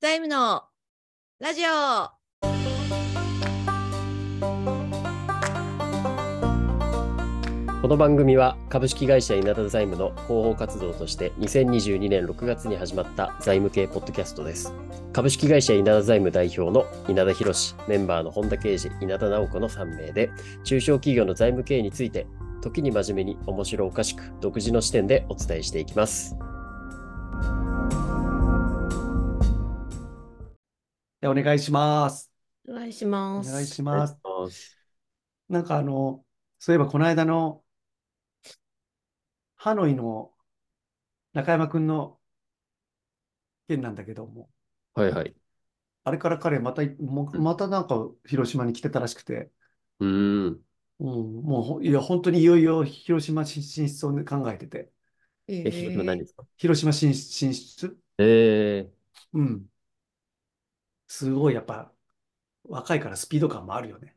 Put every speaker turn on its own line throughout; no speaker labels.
タイムのラジオ
この番組は株式会社稲田財務の広報活動として2022年6月に始まった財務系ポッドキャストです。株式会社稲田財務代表の稲田博志、メンバーの本田圭司、稲田直子の3名で、中小企業の財務経営について、時に真面目に面白おかしく独自の視点でお伝えしていきます。
で、お願いします。
お願いしま
お願
お
いします。
願いします。
なんかあの、そういえばこの間の、ハノイの中山くんの件なんだけども、
はいはい。
あれから彼また、も
うん
またなんか広島に来てたらしくて、
うーん。
うん、もうほ、いや、本当にいよいよ広島進出を考えてて、
え、広島何ですか
広島進進出
え
うん。すごいやっぱ、若いからスピード感もあるよね。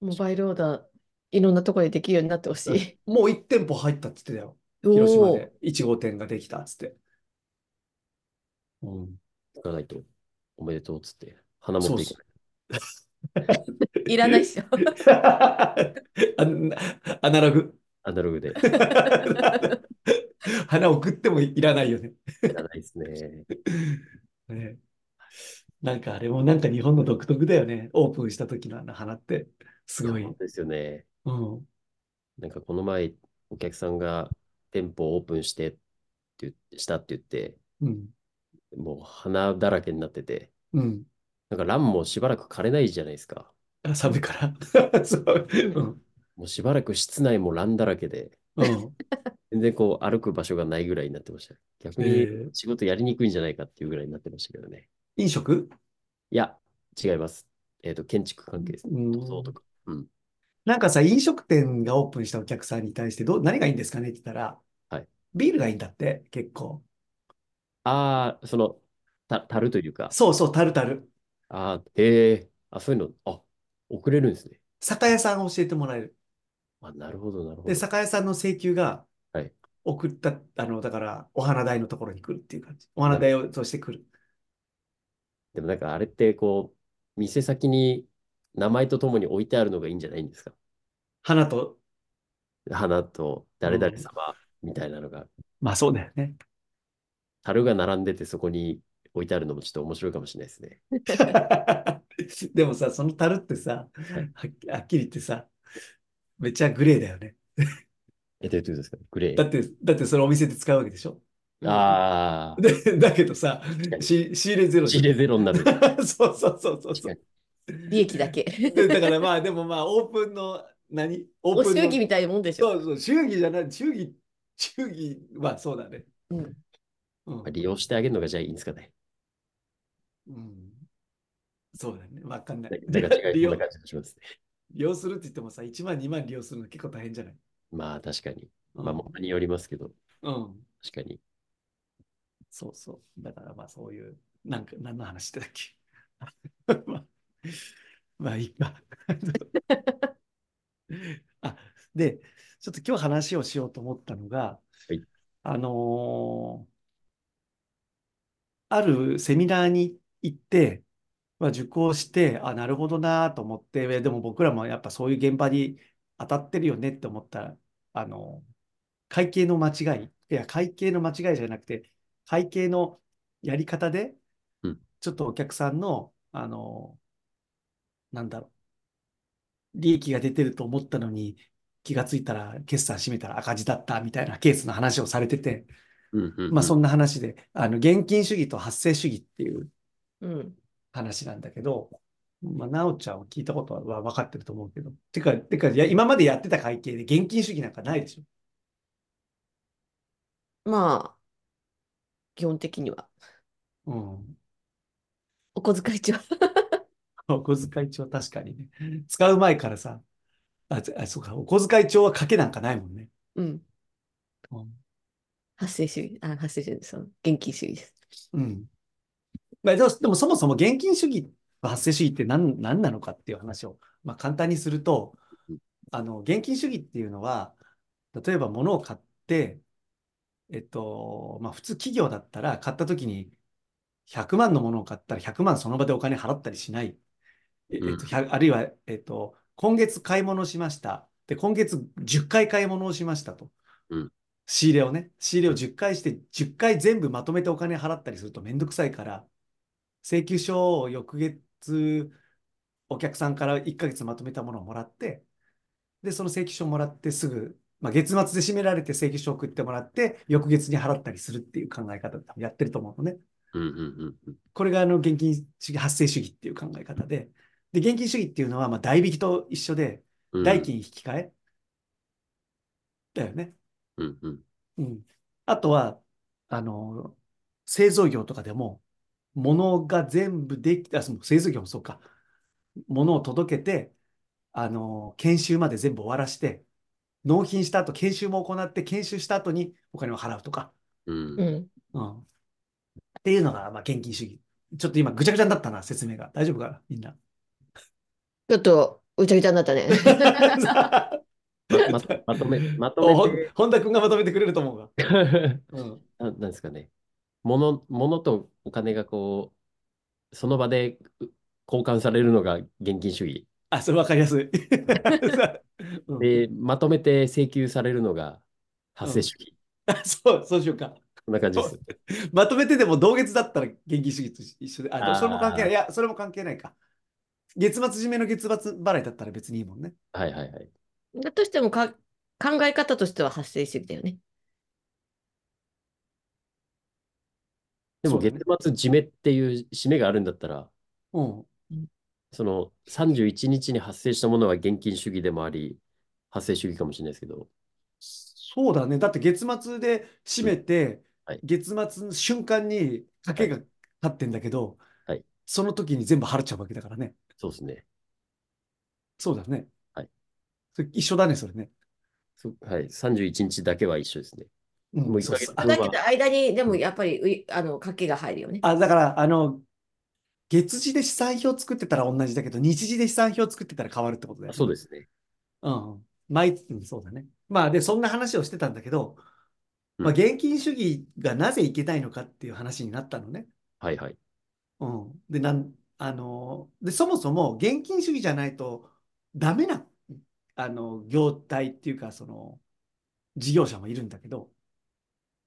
モバイルオーダー、いろんなところでできるようになってほしい。
もう1店舗入ったって言ってたよ。
お
広島
お
で1号店ができたっつって。 うん。
ー、行かないとおめでとうっつって、花持っていかない。
いらないっし ょ。
アナアナログ。
アナロ グで。
花送ってもいらないよね。
いらないですね。
ねなんかあれもなんか日本の独特だよね。オープンした時のあの花って。すごい。
本当ですよね。
うん。
なんかこの前、お客さんが店舗オープンしてって言ってしたって言って、
うん。
もう花だらけになってて、
うん。
なんかランもしばらく枯れないじゃないですか。
あ寒いから。 そう。うん。
もうしばらく室内もランだらけで、
うん。
全然こう歩く場所がないぐらいになってました。逆
え
に
ー
仕事やりにくいんじゃないかっていうぐらいになってましたけどね。
飲食
いや、違います。えっと、建築関係です。
うん
塗装とか。
なんかさ、飲食店がオープンしたお客さんに対してどう、何がいいんですかねって言ったら、
はい
ビールがいいんだって、結構。
ああ、その、た、たるというか、
そうそう、タルタル。
ああ、へえ、あ、そういうの、あ、遅れるんですね。
酒屋さん教えてもらえる。
あ、なるほど、なるほ
で、
ど。
酒屋さんの請求が
はい、
送った、あの、だから、お花代のところに来るっていう感じ。お花代をとして来る。
でもなんかあれってこう、店先に名前とともに置いてあるのがいいんじゃないんですか
花と、
花と誰々様みたいなのが、
まあそうだよね。
樽が並んでてそこに置いてあるのもちょっと面白いかもしれないですね。
でもさ、その樽ってさ、はっきはっきり言ってさ、めっちゃグレーだよね。
え、どういうことですかグレ
だ
ー。
って、だってそれお店で使うわけでしょ。
ああ、
で、だけどさ
か、に
し仕入 れゼロ
仕
じゃん
入れゼロになる。
そうそうそうそう
確
そ
か
う
に。
利益だけ。
でだからまあでもまあオープンの何 オー
お
プン
祝儀
の
みたいなもんでしょ。
そうそう祝儀じゃない祝儀祝儀はそうだね。
うん
うん
利用してあげるのがじゃあいいんですか ね。
うんそうだね。わかんない。
なんか違
利
い、そ
用
んな感じがしますね。
利用するって言ってもさ、1万2万利用するの結構大変じゃない
まあ確かに。
うん
まあ、ものによりますけど、
うん。
確かに。
そうそう。だからまあそういう、なんか何の話してたっけ まあ、まあいいか。 あ、で、ちょっと今日話をしようと思ったのが、
はい
あのーあるセミナーに行って、まあ、受講して、あ、なるほどなと思って、えでも僕らもやっぱそういう現場に当たってるよねって思ったら、あのー会計の間違い、いや、会計の間違いじゃなくて、会計のやり方で
うん、
ちょっとお客さんの、あの、なんだろう、利益が出てると思ったのに、気がついたら、決算閉めたら赤字だったみたいなケースの話をされてて、
うんうんうん
まあそんな話で、あの、現金主義と発生主義っていう
うん。
話なんだけど、まあ、なおちゃんは聞いたことは分かってると思うけど、てか、てか、いや、今までやってた会計で現金主義なんかないでしょ。
まあ、基本的には。
うん。
お小遣い中は。
お小遣い帳確かにね。使う前からさ、あ、つあそうか、お小遣い帳は賭けなんかないもんね。
うん。
うん。
発生主義。あ、発生主義。その現金主義です。
うんまあ、でも、でもそもそも現金主義と発生主義って何、何なのかっていう話を、まあ、簡単にすると
うん、
あの、現金主義っていうのは、例えば物を買って、えっと、まあ、普通企業だったら買った時に100万のものを買ったら100万その場でお金払ったりしない。ええっ
うん
と、100あるいは、えっと、今月買い物しました。で、今月10回買い物をしましたと。
うん
仕入れをね、仕入れを10回して、10回全部まとめてお金払ったりするとめんどくさいから、請求書を翌月、お客さんから1ヶ月まとめたものをもらって、で、その請求書をもらってすぐ、まあ、月末で締められて請求書を送ってもらって、翌月に払ったりするっていう考え方で多分やってると思うのね。
うんうんうんうん。
これがあの現金主義、発生主義っていう考え方で、で、現金主義っていうのはまあ代引きと一緒で、
うん
代金引き換えだよね。
うんうん
うん。あとは、あの、製造業とかでも、物が全部できた、あ、そう製造業もそうか。物を届けて、あの、研修まで全部終わらして、納品した後、研修も行って、研修した後にお金を払うとか。
うん
う。ん。
うん。っていうのが、まあ、現金主義。ちょっと今、ぐちゃぐちゃになったな、説明が。大丈夫かなみん な。
ちょっと、うちゃうちゃにな ったね。
まままとめ、ま
お
とめて、
本田君がまとめてくれると思うが。うん。
ななんですかね。物、物とお金がこう、その場でう交換されるのが現金主義。
あ、それわかりや すい。 うん
で、まとめて請求されるのが発生主義。
あそう、そうしようか。
こんな感じです。
まとめてでも同月だったら現金主義と一緒で。あ、でも
あー
それも関係ない。いや、それも関係ないか。月末締めの月末払いだったら別にいいもんね。
はいはいはい。
だとしてもか考え方としては発生主義だよね。
でも
そうだね
月末締めっていう締めがあるんだったら、
うん。
その31日に発生したものは現金主義でもあり、発生主義かもしれないですけど、
そうだね。だって月末で締めて、
はい
月末の瞬間に賭けが立ってんだけど、
はい
その時に全部払っちゃうわけだからね。
そうですね。
そうだね。
はい
それ一緒だね、それね。
そはい、31日だけは一緒ですね。
うん
もう一
そう
ヶ
そう
月
だけど間にでもやっぱりういあの賭けが入るよね。
あ、だから、あの、月次で試算表作ってたら同じだけど、日時で試算表作ってたら変わるってことだよ
あ
ね
そうですね。
うん。毎、うん、そうだね。まあ、で、そんな話をしてたんだけど、
うん
まあ、現金主義がなぜいけないのかっていう話になったのね。
はいはい。
うん。で、なん、あの、で、そもそも現金主義じゃないとダメな、あの、業態っていうか、その、事業者もいるんだけど、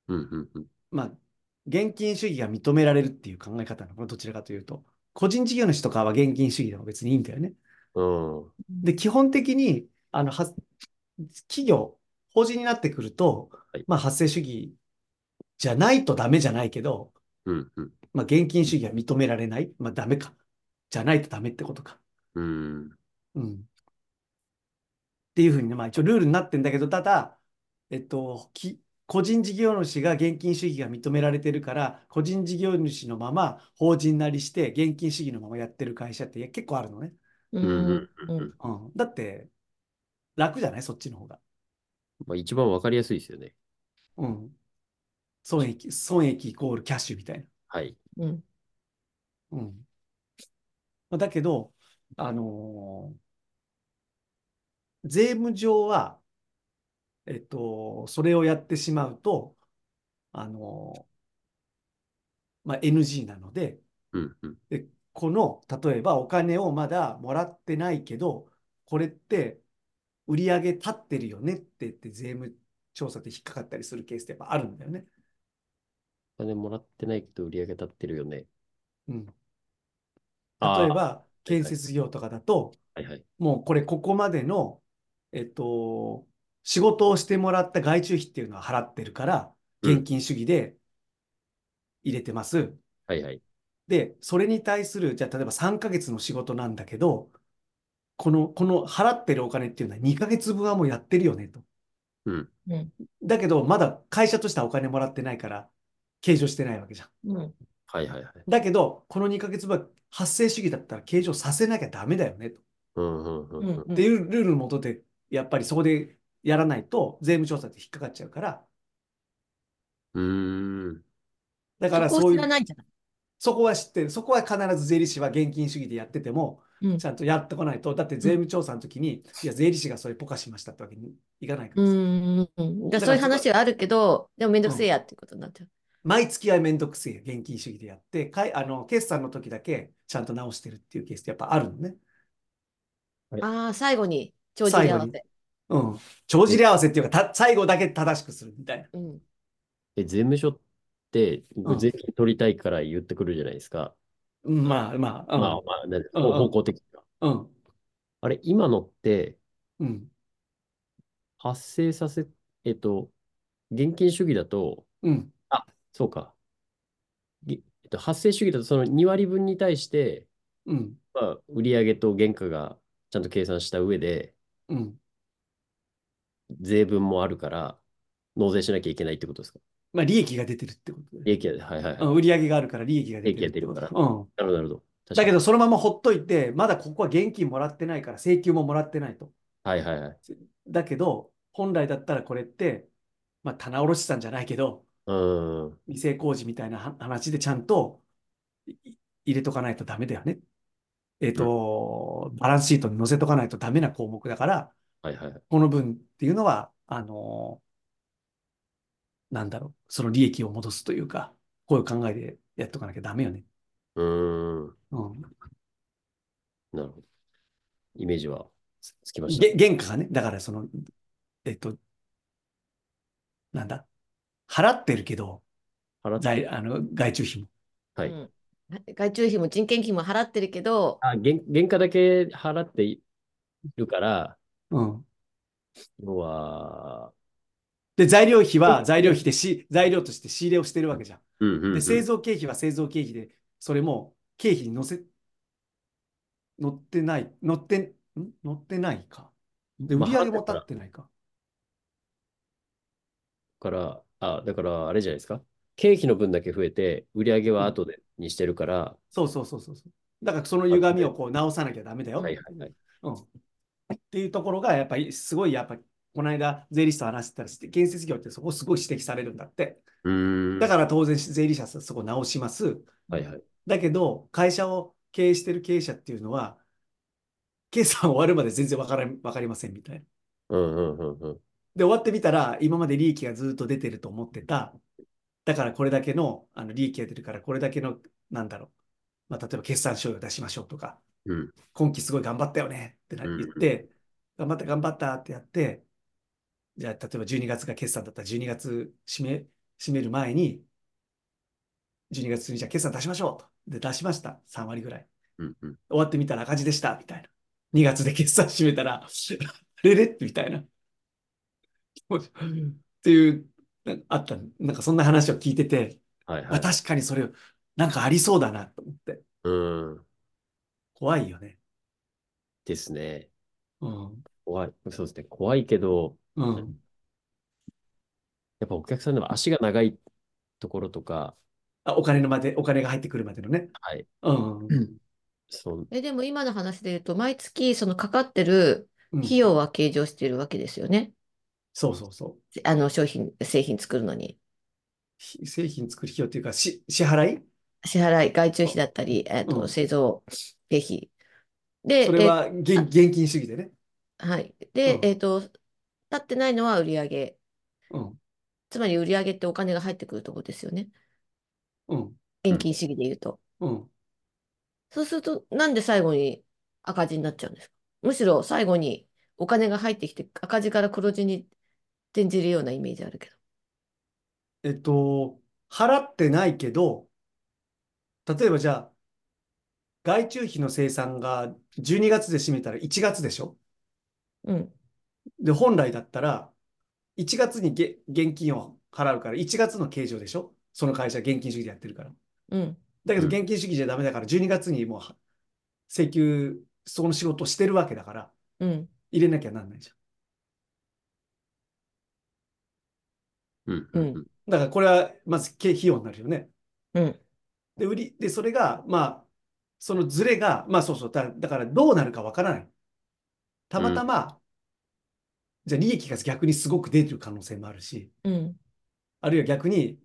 うんうんうん。
まあ、現金主義が認められるっていう考え方なのかな、どちらかというと。個人事業主とかは現金主義でも別にいいんだよね。
うん。
で、基本的に、あの、は、企業、法人になってくると
はい、
まあ、発生主義じゃないとダメじゃないけど、
うんうん。
まあ、現金主義は認められない。まあ、ダメか。じゃないとダメってことか。
うん。
うん。っていうふうにね、まあ、一応ルールになってんだけど、ただ、えっと、き、個人事業主が現金主義が認められてるから、個人事業主のまま法人なりして、現金主義のままやってる会社って結構あるのね。
う
うんう
ん。
んうんう
うんん。
うん。だって、楽じゃないそっちの方が。
まあ、一番わかりやすいですよね。
うん。損益、損益イコールキャッシュみたいな。
はい。
うん。
うん。まあだけど、あのー税務上は、えっと、それをやってしまうと、あのーまあ、NG なので、
うんうん。
で、この、例えばお金をまだもらってないけど、これって売り上げ立ってるよねって言って税務調査で引っかかったりするケースってやっぱあるんだよね。
お金もらってないけど売り上げ立ってるよね。
うん。
あー
例えば、建設業とかだと、
はいはい。
もうこれ、ここまでの、えっと、仕事をしてもらった外注費っていうのは払ってるから、
うん
現金主義で入れてます。
はいはい。
で、それに対する、じゃあ、例えば3ヶ月の仕事なんだけど、この、この払ってるお金っていうのは2ヶ月分はもうやってるよねと。
うん
うん
だけど、まだ会社としてはお金もらってないから、計上してないわけじゃん。
うん。
はいはいはい。
だけど、この2ヶ月分は発生主義だったら計上させなきゃダメだよねと。
うんうんうん
う
うん
ん。
っていうルールのもとで、やっぱりそこでやらないと税務調査って引っかかっちゃうから、。
うーん。
だ
そ
から
こ
そ
を
う
知
い
ら
う、
ないんじゃない
そこは知ってる、そこは必ず税理士は現金主義でやってても、
うん
ちゃんとやってこないと、だって税務調査の時に、いや、税理士がそれポカしましたってわけにいかない
う
からさ
んうんうん。だから
だから
そういう
そこ
話はあるけど、でもめんどくせえやってことになっちゃう。
毎月はめんどくせえ、現金主義でやって、かい、あの、決算の時だけちゃんと直してるっていうケースってやっぱあるのね。
ああ、最後に、帳尻合わせ。
うん。帳尻合わせっていうか、た、最後だけ正しくするみたいな。
うん。
え、税務署って
うん
税金取りたいから言ってくるじゃないですか。
うんまあまあ、うん
まあまあ、なん
うんうん
方向的には。
うん。
あれ、今のって
うん。
発生させ、えっと、現金主義だと、
うん。
そうか。ぎえっと、発生主義だとその2割分に対して、
うん。
まあ、売上と原価がちゃんと計算した上で、
うん。
税分もあるから、納税しなきゃいけないってことですか
まあ、利益が出てるってことで。
利益は、はいはいはい。
うん、売り上げがあるから利益が出てるってこと
利益が出
う
な
ん。
るほど、なるほど。確
だ
か
け
に。
ど、そのままほっといて、まだここは現金もらってないから、請求ももらってないと。
はいはいはい。
だけど、本来だったらこれって、まあ、棚卸しさんじゃないけど、
うーん。
未成工事みたいなは話でちゃんとい入れとかないとダメだよね。えっ、と、バランスシートに載せとかないとダメな項目だから、
はいはいはい。
この分っていうのは、あのなんだろう、その利益を戻すというか、こういう考えでやっとかなきゃダメよね。
うーん。
うん。
なるほど。イメージはつつきました。
げ原価がね、だからその、えっと、なんだ、払ってるけど、
払って
在あの外注費も。
はい
うん外注費も人件費も払ってるけど、
あ原、原価だけ払っているから、
うん。
要は、
で、材料費は材料費でし、材料として仕入れをしてるわけじゃ
うんうんうん
ん。で、製造経費は製造経費で、それも経費に乗せ、乗ってない、乗って、ん乗ってないか。で、売
まあ
り上げも
払
立
っ
ってないか。
たから、あ、だから、あれじゃないですか。経費の分だけ増えて、売り上げは後でにしてるから、
そうそうそうそうそう。だからその歪みをこう直さなきゃダメだよ。
はいはいはい。
うんっていうところが、やっぱりすごい、やっぱり、この間、税理士と話してたらして、建設業ってそこすごい指摘されるんだって。
うーん。
だから当然、税理士はそこ直します。
はいはい。
だけど、会社を経営してる経営者っていうのは、決算終わるまで全然わからんわかりませんみたい
う
な。
んうんうんうん。
で、終わってみたら、今まで利益がずっと出てると思ってた。だからこれだけの、あの利益が出るから、これだけの、なんだろう。まあ、例えば決算書を出しましょうとか、
うん
今期すごい頑張ったよねってな
うん
言って、頑張った頑張ったってやって、じゃあ、例えば12月が決算だったら12月締め、締める前に、12月にじゃあ決算出しましょうと。で、出しました。3割ぐらい。
うんうん。
終わってみたら赤字でした、みたいな。2月で決算閉めたら、あ れれみたいな。っていう、なんかあった、なんかそんな話を聞いてて、
はい
あ
はい。
確かにそれ、なんかありそうだなと思って。
うーん。
怖いよね。
ですね。
うん。
怖い。そうですね。怖いけど、
うん。
やっぱお客さんでも足が長いところとか、
あ、お金のまで、お金が入ってくるまでのね。
はい。
うん。
そう、
え、でも今の話で言うと、毎月そのかかってる
うん
費用は計上しているわけですよね。
そうそうそう。
あの商品、製品作るのに。
ひ製品作る費用っていうか、し支払い
支払い、外注費だったり、えっ
う
と、
ん
製造経費。で、
それ
え
は現現金主義でね。
はい。で
う、ん
えっと、立ってないのは売上。
うん。
つまり売上ってお金が入ってくるところですよね。
うん。
現金主義で言うと。
うん。
そうすると、なんで最後に赤字になっちゃうんですかむしろ最後にお金が入ってきて、赤字から黒字に転じるようなイメージあるけど。
えっと、払ってないけど、例えばじゃあ、外注費の生産が12月で締めたら1月でしょ
うん。
で、本来だったら、1月にげ現金を払うから、1月の計上でしょその会社、現金主義でやってるから。
うん。
だけど、
うん
現金主義じゃダメだから、12月にもうは請求、その仕事をしてるわけだから、
うん。
入れなきゃなんないじゃん。
うんうんうん。
だから、これは、まず、経費用になるよね。
うん。
で、売り、で、それが、まあ、そのズレが、まあそうそう、だ、だからどうなるかわからない。たまたま、じゃあ利益が逆にすごく出てる可能性もあるし、
うん。
あるいは逆に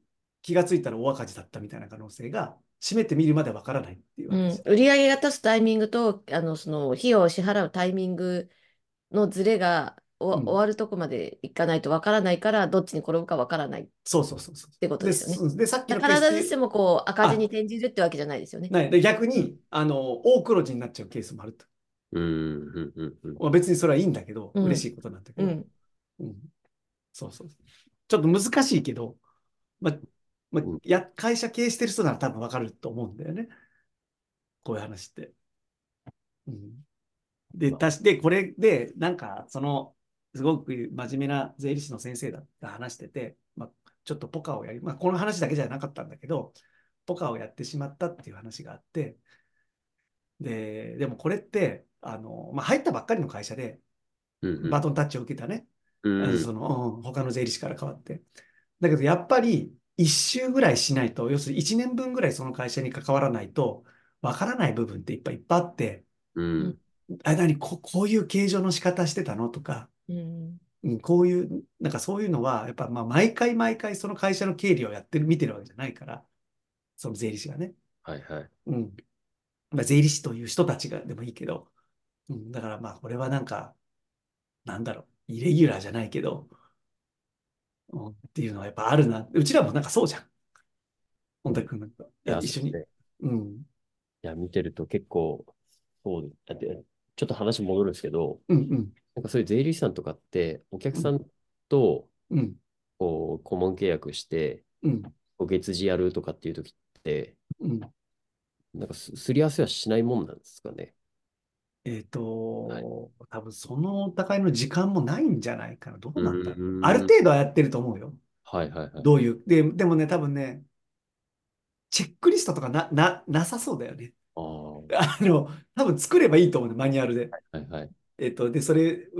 気がついたら大赤字だったみたいな可能性が、締めてみるまでわからないっていう
うん
話。
売上が立つタイミングと、あの、その費用を支払うタイミングのズレがおわ
うん
終わるとこまで行かないとわからないから、どっちに転ぶかわからないっ
そうそうそうそう。
てこと
で、
ですよね。
すでさっき
だ
の
か
ケー
ら
ス
必
で
ずしもこう赤字に転じるってわけじゃないですよね。
ないで逆に、あの、大黒字になっちゃうケースもあると。
うんうんうんうん。
まあ、別にそれはいいんだけど、
うん
嬉しいことなんだけ
う
ど。
ん。
うんそうそう。ちょっと難しいけど、まあ、まあ
うん
や、会社経営してる人なら多分わかると思うんだよね。こういう話って。うん、で、たし、で、これで、なんか、その、すごく真面目な税理士の先生だって話してて、まあ、ちょっとポカをやり、まあ、この話だけじゃなかったんだけど、ポカをやってしまったっていう話があって、で、でもこれって、あの、まあ、入ったばっかりの会社で、
うんうん
バトンタッチを受けたね、
うんうん
その、うん他の税理士から変わって。だけどやっぱり1周ぐらいしないと、要するに1年分ぐらいその会社に関わらないと、わからない部分っていっぱいいっぱいあって、
うん
あ、何、こ、こういう形状の仕方してたのとか、
うん。
うん、こういう、なんかそういうのは、やっぱまあ毎回毎回その会社の経理をやってる、見てるわけじゃないから、その税理士がね。
はいはい。
うん。まあ、税理士という人たちがでもいいけど、うん、だからまあ、これはなんか、なんだろう、イレギュラーじゃないけど、うん、っていうのはやっぱあるな。うちらもなんかそうじゃん。本田君なんか、
いや、
一
そ
緒
う
に。
ね
うん。
いや、見てると結構、そう、だって、ちょっと話戻るんですけど、
うんうん。
なんかそういう税理士さんとかって、お客さんと、
うん。
こう、顧問契約して、
うん。
こう月次やるとかっていう時って、
うん。
なんかす、すり合わせはしないもんなんですかね。
えっと、
はい
多分そのお互いの時間もないんじゃないかな。どうなんだろう。
うん
ある程度はやってると思うよ。
はいはいはい。
どういう。で、でもね、多分ね、チェックリストとかな、な、なさそうだよね。
ああ、は
あの、多分作ればいいと思うね、マニュアルで。
いはい。
えっと、で、それ、う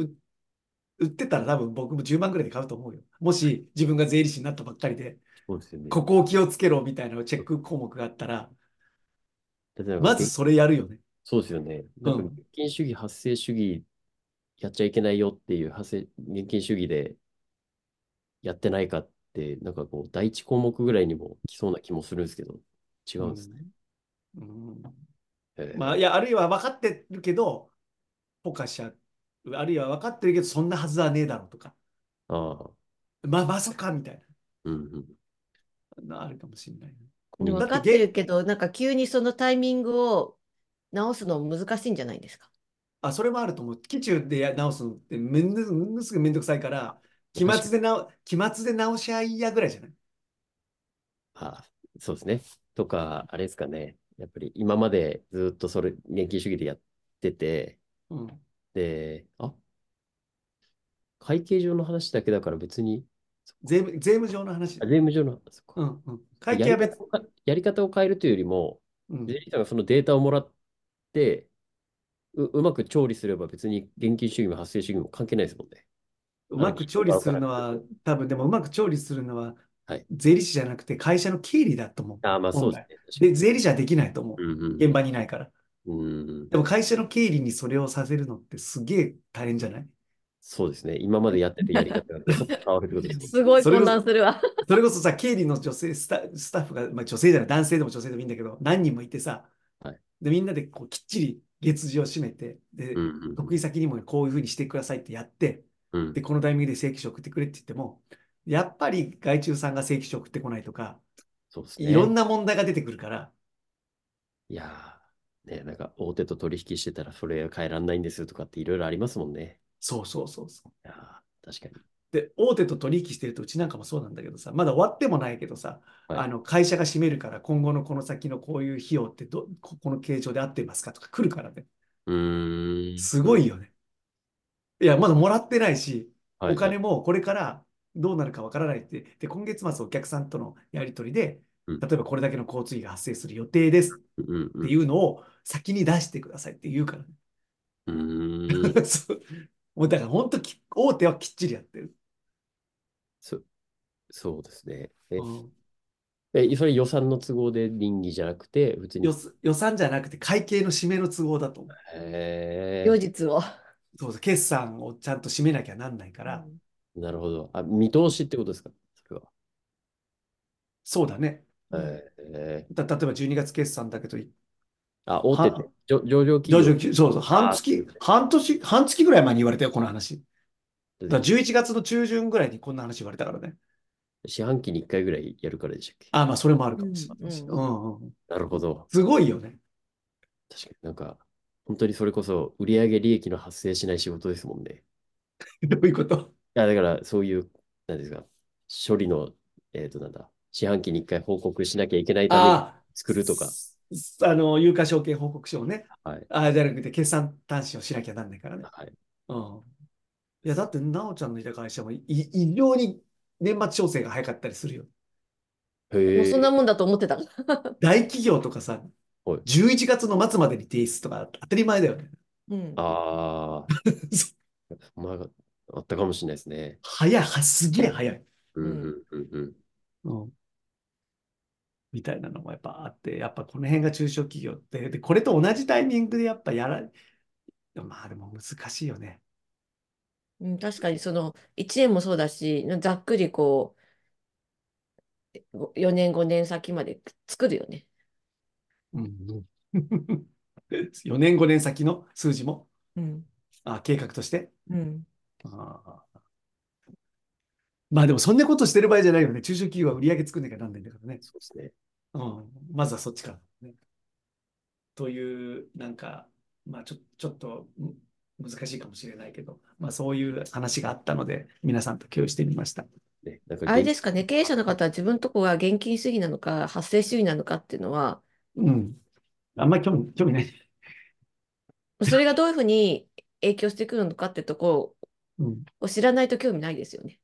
売ってたら多分僕も10万ぐらいで買うと思うよ。もし自分が税理士になったばっかりで、
そうですよね。
ここを気をつけろみたいなチェック項目があったら、
だってなんか
まずそれやるよね。
そうですよね。
うん
なんか現金主義、発生主義、やっちゃいけないよっていう、発生、現金主義でやってないかって、なんかこう、第一項目ぐらいにも来そうな気もするんですけど、違うんですね。
うん
えー
まあ、いや、あるいは分かってるけど、ポカしちゃう。あるいは分かってるけど、そんなはずはねえだろうとか、
ああ、
まあ、まさかみたい
うんうん。
な、あるかもしれないね。
でも
だ
分
って
かってるけど、なんか急にそのタイミングを直すの難しいんじゃないですか。
あ、それもあると思う。基中で直すのってめんどく、ものすごいめんどくさいから、期末でな、期末で直し合いやぐらいじゃない
ああ、そうですね。とか、あれですかね。やっぱり今までずっとそれ、現金主義でやってて、
うん。
で、あ、会計上の話だけだから別に、
税務、税務上の話
あ。税務上の、そっか
うんうん。会
や
計は
り
別。
方をかやり方を変えるというよりも、
うん
税理士さんがそのデータをもらって、う、うまく調理すれば別に現金主義も発生主義も関係ないですもんね。
うまく調理するのは、多分でもうまく調理するのは
はい、
税理士じゃなくて会社の経理だと思う。
ああ、まあそうですね。
で、税理士はできないと思う。
確かに
現場にいないから。
うんうん、うんうん
でも会社の経理にそれをさせるのってすげえ大変じゃない
そうですね。今までやっててやり方がちょっと変わるってことですもんね
すごい
それ
混
こそ
乱するわ。
それこそさ、経理の女性スタ、スタッフが、まあ、女性じゃない、男性でも女性でもいいんだけど、何人もいてさ、
はい
で、みんなでこうきっちり月次を締めて、で、
うんうん
得意先にもこういうふうにしてくださいってやって、
うん
で、このタイミングで正規書送ってくれって言っても、やっぱり外注さんが正規書送ってこないとか、
そうですね。
いろんな問題が出てくるから、
いやー、ね、なんか大手と取引してたらそれは変えらんないんですとかっていろいろありますもんね。
そうそうそうそう。
いやー確かに。
で、大手と取引してると、うちなんかもそうなんだけどさ、まだ終わってもないけどさ、
はい
あの会社が占めるから、今後のこの先のこういう費用ってど、ここの形状で合ってますかとか来るからね。
うーん。
すごいよね。いや、まだもらってないし、
はい
お金もこれからどうなるかわからないって、で、今月末お客さんとのやり取りで、
うん
例えばこれだけの交通費が発生する予定です
うんう
って
ん
いうのを先に出してくださいって言うからね。
うーん
そうもうだから本当き、大手はきっちりやってる。
そそうですね。え
うん
え、それ予算の都合で倫理じゃなくて、普通に
予。す予算じゃなくて会計の締めの都合だと思う。
へ
両
ー
日を。
そうそう、決算をちゃんと締めなきゃなんないから、
なるほど。あ、見通しってことですかそれは。
そうだね。
うん
えー
だ例えば12月決算だけど、
あ、大手って上上場企
上
業。
場企そうそう、半月、半年、半月ぐらい前に言われたよ、この話。だから11月の中旬ぐらいにこんな話言われたからね。
四半期に1回ぐらいやるからでしたっけ
あ、まあ、それもあるかもしれないし。
うん
う
うん
うん
なるほど。
すごいよね。
確かになんか、本当にそれこそ売上利益の発生しない仕事ですもんね。
どういうこと
いや、だからそういう、なんですか、処理の、えっと、なんだ、四半期に1回報告しなきゃいけないために
ああ、
作るとか。
す。あの、有価証券報告書をね。
はい。
あじゃなくて、決算端子をしなきゃなんないからね。
はい。
うん。いや、だって、なおちゃんのいた会社もい、異常に年末調整が早かったりするよ。
も
へ
う
え
そんなもんだと思ってた。
大企業とかさ、
はい
11月の末までに提出とか当たり前だよね。
うん。
ああ、お前があったかもしれないですね。
早い、はすげえ早い。
うん
う
うんんうんうん。
うん。みたいなのもやっぱあって、やっぱこの辺が中小企業って、で、これと同じタイミングでやっぱやら、まあでも難しいよね。
うん、確かにその1年もそうだし、ざっくりこう、4年、5年先まで作るよね。
うん。4年、5年先の数字も、
うん。
あ、計画として。
うん。
あーまあでもそんなことしてる場合じゃないよね。中小企業は売り上げ作んなきゃなんないんだからね。
そうですね。
うん、まずはそっちから、ね。という、なんか、まあちょ、ちょっとむ難しいかもしれないけど、まあそういう話があったので、皆さんと共有してみました。
ねなん
あれ
現
ですかね、経営者の方は自分のとこが現金主義なのか、発生主義なのかっていうのは、
うん。あんまり興味、興味ない。
それがどういうふうに影響してくるのかってとこ
うん。
を知らないと興味ないですよね。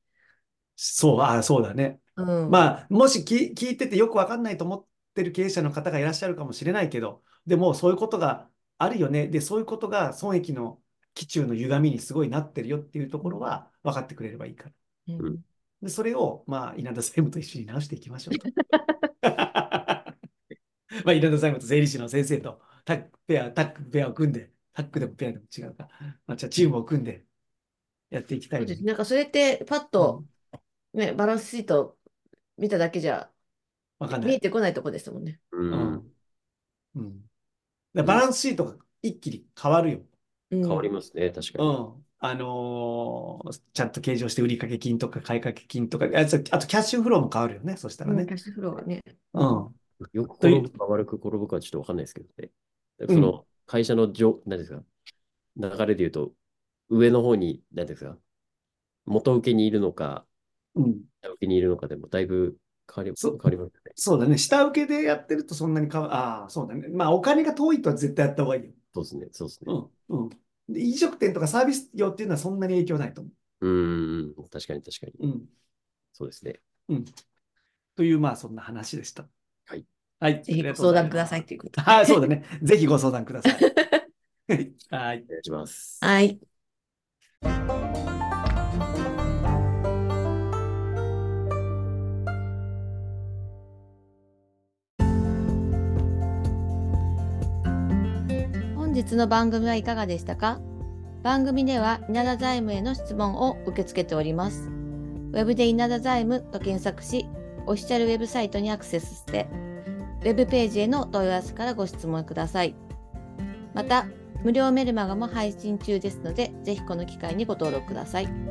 そう、ああ、そうだね。
うん。
まあ、もしき聞いててよくわかんないと思ってる経営者の方がいらっしゃるかもしれないけど、でもそういうことがあるよね。で、そういうことが損益の基中の歪みにすごいなってるよっていうところは分かってくれればいいから。
うん
で、それを、まあ、稲田財務と一緒に直していきましょ うと。まあ、稲田財務と税理士の先生とタッグペア、タッグペアを組んで、タッグでもペアでも違うか。まあ、じゃあチームを組んでやっていきたい
そう
よ
で
ね
すねなんかそれって、パッと、ね、バランスシート見ただけじゃ
わかんない
見えてこないとこですもんね。
う、
うんん。うん。だからバランスシートが一気に変わるよ。
うん。
変わりますね、確か
う
に。
ん。あのーちゃんと計上して売掛金とか買掛金とか、あ、そうあとキャッシュフローも変わるよね。そしたら
うん
ね
キ。ャッシュフローがね。
うん。
よく転ぶか悪く転ぶかちょっとわかんないですけどね。だからその会社の上、何ですか、流れで言うと、上の方に、何ですか、元請けにいるのか、
うん。
下請けにいるのかでもだいぶ変わり
そ
変
う
わりますよね。
そうだね。下請けでやってるとそんなに変わああ、そうだね。まあ、お金が遠いとは絶対やった方がいいよ。
そうですね、そうですね。
うん。うん。で飲食店とかサービス業っていうのはそんなに影響ないと思
うーん、確かに確かに。
う。うん。
そうですね。
という、まあ、そんな話でした。
はい。
はい。
ぜ
あ
ひ
り
ご
がと
相
うござい
談くだ
ます
さいということで。
ああ、そうだね。ぜひご相談く ださい。はい。
お願いします。
はい。本日の番組はいかがでしたか番組では稲田財務への質問を受け付けております。ウェブで稲田財務と検索し、オフィシャルウェブサイトにアクセスして、ウェブページへの問い合わせからご質問ください。また、無料メルマガも配信中ですので、ぜひこの機会にご登録ください。